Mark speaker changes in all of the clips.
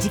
Speaker 1: 時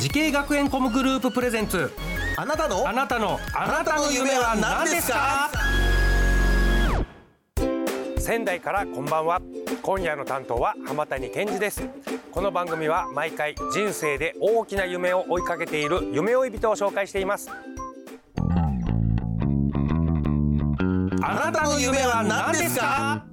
Speaker 2: 時系学園コムグループプレゼンツ
Speaker 3: あなたの
Speaker 2: あなたのあなたの夢は何ですか仙台からこんばんは今夜の担当は浜谷健二ですこの番組は毎回人生で大きな夢を追いかけている夢追い人を紹介していますあなたの夢は何ですか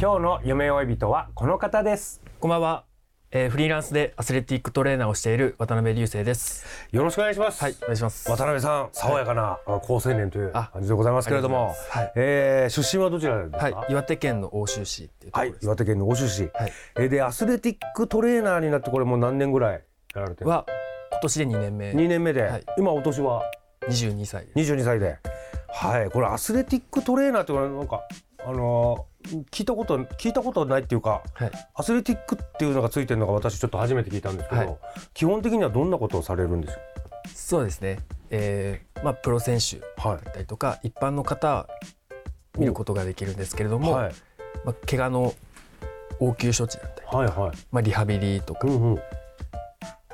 Speaker 2: 今日の夢追い人はこの方です
Speaker 4: こんばんは、えーフリーランスでアスレティックトレーナーをしている渡辺流星です。
Speaker 2: よろしくお願いします
Speaker 4: はい、お願いします。
Speaker 2: 渡辺さん、爽やかなあ好青年という感じでございますけれども
Speaker 4: ありがとうございますはい、
Speaker 2: えー出身はどちらですか。
Speaker 4: はい、岩手県の奥州市っていうとこ
Speaker 2: は
Speaker 4: ろ
Speaker 2: い
Speaker 4: です。
Speaker 2: 岩手県の奥州市、
Speaker 4: はい
Speaker 2: えーでアスレティックトレーナーになってこれもう何年ぐらいやられてる
Speaker 4: は今年で2年目、
Speaker 2: 2年目で、
Speaker 4: はい
Speaker 2: 今お年は
Speaker 4: 22歳です。
Speaker 2: 22歳ではいこれアスレティックトレーナーってこれなんかあのー聞いたこと聞いたことないっていうか
Speaker 4: はい、
Speaker 2: アスレティックっていうのがついてるのが私ちょっと初めて聞いたんですけど、
Speaker 4: はい
Speaker 2: 基本的にはどんなことをされるんです
Speaker 4: そうですね。えー、まあプロ選手
Speaker 2: か。はい
Speaker 4: だったりとか一般の方見ることができるんですけれども、
Speaker 2: はい
Speaker 4: まあ怪我の応急処置だったり、
Speaker 2: はいはい。
Speaker 4: まあリハビリとか
Speaker 2: うんうん。
Speaker 4: っ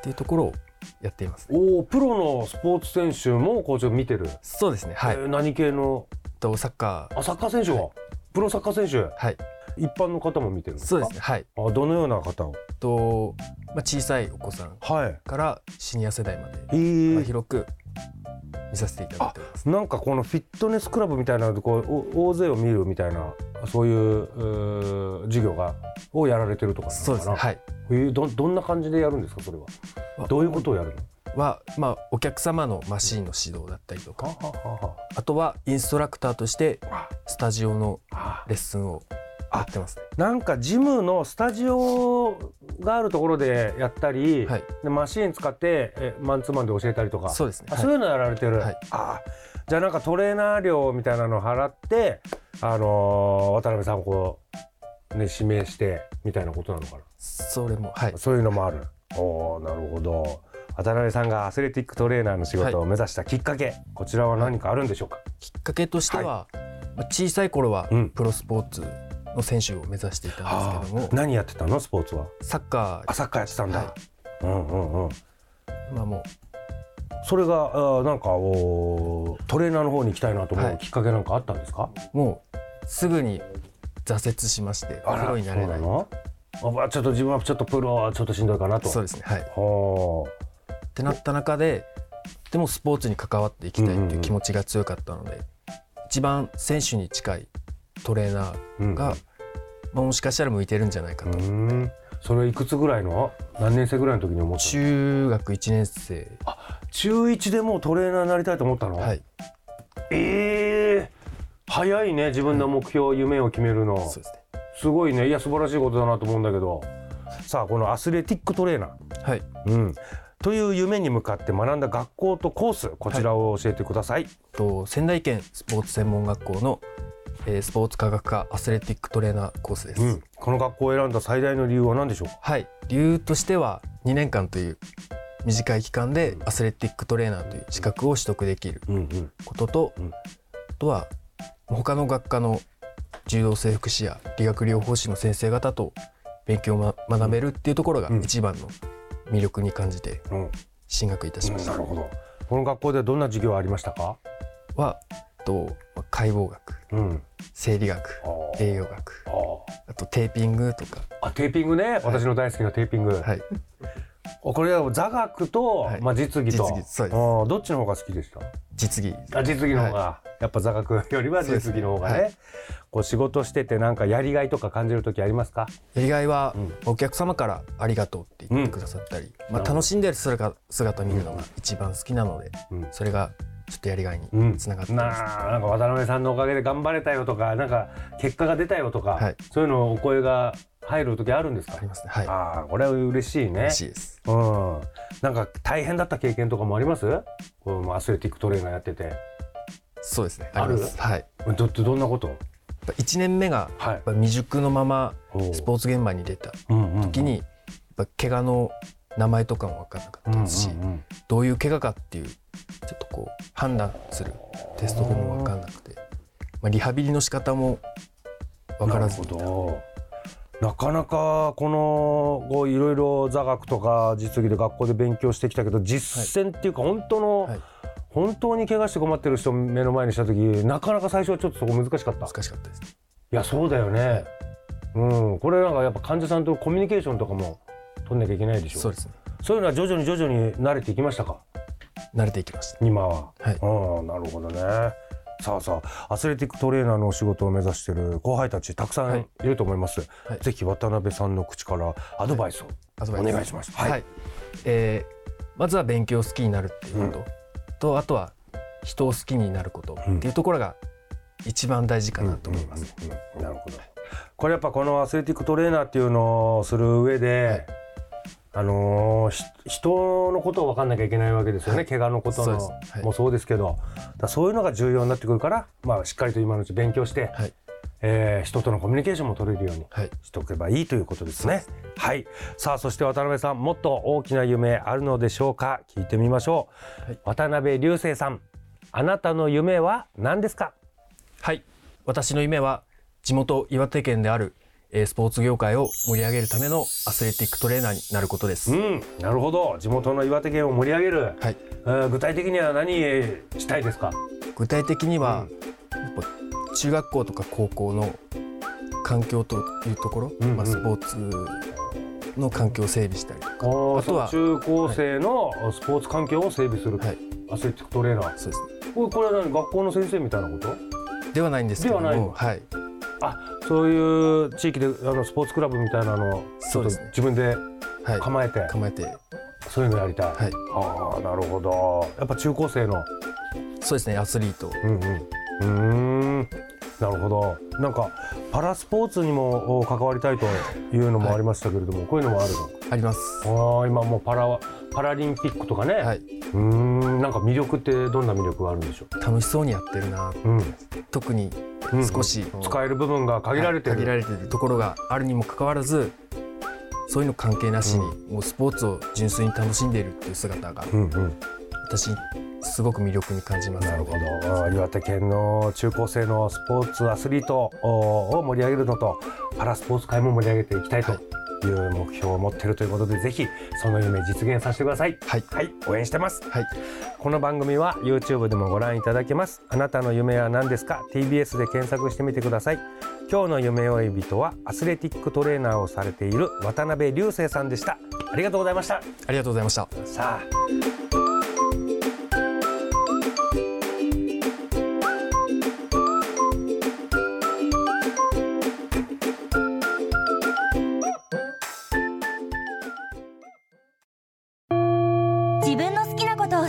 Speaker 4: ていうところをやっています。
Speaker 2: おおプロのスポーツ選手もコーチを見てる、
Speaker 4: そうですね。はい、
Speaker 2: えー何系の
Speaker 4: とサッカー
Speaker 2: あサッカー選手は、プロサッカー選
Speaker 4: はい、
Speaker 2: 手一般の方も見てるんです
Speaker 4: そう
Speaker 2: か
Speaker 4: ですね。はい、
Speaker 2: あどのような方を
Speaker 4: とまあ小さいお子さん
Speaker 2: はい
Speaker 4: からシニア世代まで
Speaker 2: え
Speaker 4: 幅
Speaker 2: ー、
Speaker 4: 広く見させていただいております。
Speaker 2: なんかこのフィットネスクラブみたいなのでこうお大勢を見るみたいなそういううー授業がをやられてるとかなのかな
Speaker 4: そうですね。はい。
Speaker 2: えーどどんな感じでやるんですかそれは
Speaker 4: あ
Speaker 2: どういうことをやるの
Speaker 4: はまあお客様のマシンの指導だったりとか、
Speaker 2: ははは
Speaker 4: あとはインストラクターとしてスタジオの
Speaker 2: は
Speaker 4: レッスンをやってますね。
Speaker 2: なんかジムのスタジオがあるところでやったり、
Speaker 4: はい
Speaker 2: でマシーン使ってえマンツーマンで教えたりとか
Speaker 4: そうですね
Speaker 2: あ
Speaker 4: はい
Speaker 2: そういうのやられてる、
Speaker 4: はい
Speaker 2: あじゃあなんかトレーナー料みたいなの払って、あのー渡辺さんをこう、ね、指名してみたいなことなのか
Speaker 4: それもはい
Speaker 2: な。そういうのもあるおおなるほど渡辺さんがアスレティックトレーナーの仕事を目指したきっかけ、こちらは何かあるんでしょうか
Speaker 4: きっかけとしては、まあ小さい頃は
Speaker 2: うん
Speaker 4: プロスポーツの選手を目指していたんですけども、
Speaker 2: 何やってたのスポーツは
Speaker 4: サッカ
Speaker 2: あサッカーやってたんだ、
Speaker 4: は
Speaker 2: うんうんうん
Speaker 4: ーまあも
Speaker 2: それがあーなんかおートレーナーの方に行きたいなと思
Speaker 4: は
Speaker 2: う
Speaker 4: い
Speaker 2: きっかけなんかあったんですか、
Speaker 4: うもうすぐに挫折しましてプ
Speaker 2: あら
Speaker 4: ロになれない。
Speaker 2: そうなのあちょっと自分はちょっとプロはちょっとしんどいかなと
Speaker 4: そうですね。はい。っ
Speaker 2: は
Speaker 4: てなった中で、でもスポーツに関わっていきたいっていう気持ちが強かったので、一番選手に近いトレーナ
Speaker 2: あ、うん
Speaker 4: ーが、まあ、もしかしたら向いてるんじゃないか
Speaker 2: う
Speaker 4: と、
Speaker 2: んそれいくつぐらいの何年生ぐらいの時に思ったの
Speaker 4: 中学1年生、
Speaker 2: 中一でもうトレーナーになりたいと思ったの、
Speaker 4: はい、
Speaker 2: ええ早いね自分の目標、夢を決めるの
Speaker 4: そうですね
Speaker 2: すごいねいや素晴らしいことだなと思うんだけどさあこのアスレティックトレーナー
Speaker 4: はい
Speaker 2: うん、という夢に向かって学んだ学校とコースこちらを教えてください、
Speaker 4: と仙台県スポーツ専門学校の、えースポーツ科学科アスレティックトレーナーコースです、
Speaker 2: うん、この学校を選んだ最大の理由は何でしょうか
Speaker 4: はい理由としては2年間という短い期間でアスレティックトレーナーという資格を取得できる
Speaker 2: うんうん
Speaker 4: ことと、
Speaker 2: うん
Speaker 4: あとは他の学科の柔道整復師や理学療法士の先生方と勉強を、ま、学べるっていうところが
Speaker 2: うん
Speaker 4: 一番の魅力に感じて
Speaker 2: うん、
Speaker 4: 進学いたしました、
Speaker 2: なるほどこの学校ではどんな授業ありましたか
Speaker 4: はあとまあ解剖学
Speaker 2: うん
Speaker 4: 生理学
Speaker 2: あー
Speaker 4: 栄養学
Speaker 2: あ
Speaker 4: あとテーピングとか
Speaker 2: ーあテーピングね、私の大好きなテーピング、
Speaker 4: はい
Speaker 2: おこれは座学と、
Speaker 4: はい
Speaker 2: まあ、実技と
Speaker 4: 実技そうです
Speaker 2: あーどっちの方が好きでした
Speaker 4: 実技
Speaker 2: あ実技の方が、やっぱ座学よりは
Speaker 4: そうです
Speaker 2: 実
Speaker 4: ね
Speaker 2: 技の方がね
Speaker 4: は
Speaker 2: こう仕事しててなんかやりがいとか感じる時ありますか
Speaker 4: やりがいは
Speaker 2: うん
Speaker 4: お客様から「ありがとう」って言ってくださったり、まあ、楽しんでる姿姿見るのが一番好きなので、
Speaker 2: うん
Speaker 4: それがちょっとやりがい
Speaker 2: うん
Speaker 4: につながってます、
Speaker 2: なあなんか渡辺さんのおかげで頑張れたよとかなんか結果が出たよとか、
Speaker 4: はい
Speaker 2: そういうのをお声が入る時あるんですか
Speaker 4: ありますねはい
Speaker 2: ああこれは嬉しいね
Speaker 4: 嬉しいです
Speaker 2: うんなんか大変だった経験とかもありますうんアスレティックトレーナーやってて
Speaker 4: そうですね
Speaker 2: あ
Speaker 4: あ
Speaker 2: る
Speaker 4: りますはい
Speaker 2: どどんなこと
Speaker 4: 1年目が
Speaker 2: はい
Speaker 4: やっぱ未熟のまま
Speaker 2: おう
Speaker 4: スポーツ現場に出た時
Speaker 2: 時
Speaker 4: にやっぱ怪我の名前とかも分からなかったですし、どういう怪我かっていうちょっとこう判断するテストでも分かんなくて、まあ、リハビリの仕方も分からず
Speaker 2: な
Speaker 4: に
Speaker 2: るほどなかなかこのこういろいろ座学とか実技で学校で勉強してきたけど実践っていうか本当の、
Speaker 4: はい
Speaker 2: 本当に怪我して困ってる人を目の前にした時なかなか最初はちょっとそこ難しかったい
Speaker 4: 難しかったですね
Speaker 2: やそうだよね、うんこれなんかやっぱ患者さんとコミュニケーションとかも取んなきゃいけないでしょ
Speaker 4: そうですね
Speaker 2: そういうのは徐々に徐々に慣れていきましたか
Speaker 4: 慣れていきました
Speaker 2: 今は
Speaker 4: はい
Speaker 2: うんなるほどねさあさあアスレティックトレーナーのお仕事を目指している後輩たちたくさ
Speaker 4: は
Speaker 2: んい
Speaker 4: い
Speaker 2: ると思います、
Speaker 4: はい
Speaker 2: ぜひ渡辺さんの口からアドバイスを、
Speaker 4: アドバイ
Speaker 2: お
Speaker 4: ス
Speaker 2: 願いします
Speaker 4: はい、えーまずは勉強を好きになるっていうこと、とあとは人を好きになることっていうところが一番大事かなと思います、ね
Speaker 2: うんうんなるほどこれやっぱこのアスレティックトレーナーっていうのをする上で、
Speaker 4: はい
Speaker 2: あのーひ人のことを分かんなきゃいけないわけですよね、
Speaker 4: はい
Speaker 2: 怪我のことの
Speaker 4: そうですはい
Speaker 2: もそうですけどだからそういうのが重要になってくるから、まあ、しっかりと今のうち勉強して、
Speaker 4: はい
Speaker 2: えー人とのコミュニケーションも取れるように
Speaker 4: はい
Speaker 2: しておけばいいということですね。はい。さあ、そして渡辺さん、もっと大きな夢あるのでしょうか聞いてみましょう。
Speaker 4: はい
Speaker 2: 渡辺流星さん、あなたの夢は何ですか
Speaker 4: はい私の夢は地元岩手県であるえースポーツ業界を盛り上げるためのアスレティックトレーナーになることです、
Speaker 2: うん、なるほど。地元の岩手県を盛り上げる。
Speaker 4: はい
Speaker 2: うん具体的には何したいですか
Speaker 4: 具体的には、やっぱ中学校とか高校の環境というところ、
Speaker 2: うんうん
Speaker 4: まあ、スポーツの環境を整備したりとか、
Speaker 2: あ
Speaker 4: あとは
Speaker 2: 中高生のスポーツ環境を整備する、
Speaker 4: はい
Speaker 2: アスレティックトレーナー
Speaker 4: そうです
Speaker 2: これこれは何学校の先生みたいなこと
Speaker 4: ねではないんですけど
Speaker 2: ではないの
Speaker 4: もはい
Speaker 2: あそういう地域であのスポーツクラブみたいなのをち
Speaker 4: そう
Speaker 2: ょっ
Speaker 4: で
Speaker 2: と
Speaker 4: すね
Speaker 2: 自分で
Speaker 4: はい
Speaker 2: 構えて、
Speaker 4: 構えて
Speaker 2: そういうのやりたい、
Speaker 4: はい
Speaker 2: ああなるほどやっぱ中高生の
Speaker 4: そうですねアスリート
Speaker 2: うんうんうーんなるほどなんかパラスポーツにもお関わりたいというのもありましたけれども、こういうのもある
Speaker 4: あります
Speaker 2: のああ今もうパラパラリンピックとかね、
Speaker 4: はいう
Speaker 2: ーんなんか魅力ってどんな魅力があるんでしょ
Speaker 4: 楽しそうにやってるな
Speaker 2: う、うん
Speaker 4: 特に
Speaker 2: うん
Speaker 4: 少し、
Speaker 2: 使える部分が限られてる、
Speaker 4: はい限られてるところがあるにもかかわらずそういうの関係なしに、もうスポーツを純粋に楽しんでいるっていう姿が、
Speaker 2: うんうん、
Speaker 4: 私すごく魅力に感じます
Speaker 2: な
Speaker 4: の
Speaker 2: るほ
Speaker 4: で
Speaker 2: どあー岩手県の中高生のスポーツアスリートおを盛り上げるのとパラスポーツ界も盛り上げていきたいと
Speaker 4: はい
Speaker 2: いう目標を持っているということでぜひその夢実現させてください
Speaker 4: はい
Speaker 2: はい応援してます
Speaker 4: はい
Speaker 2: この番組は YouTube でもご覧いただけますあなたの夢は何ですか TBS で検索してみてください今日の夢追い人はアスレティックトレーナーをされている渡辺流星さんでしたありがとうございました
Speaker 4: ありがとうございました
Speaker 2: さあ
Speaker 5: 自分の好きなことを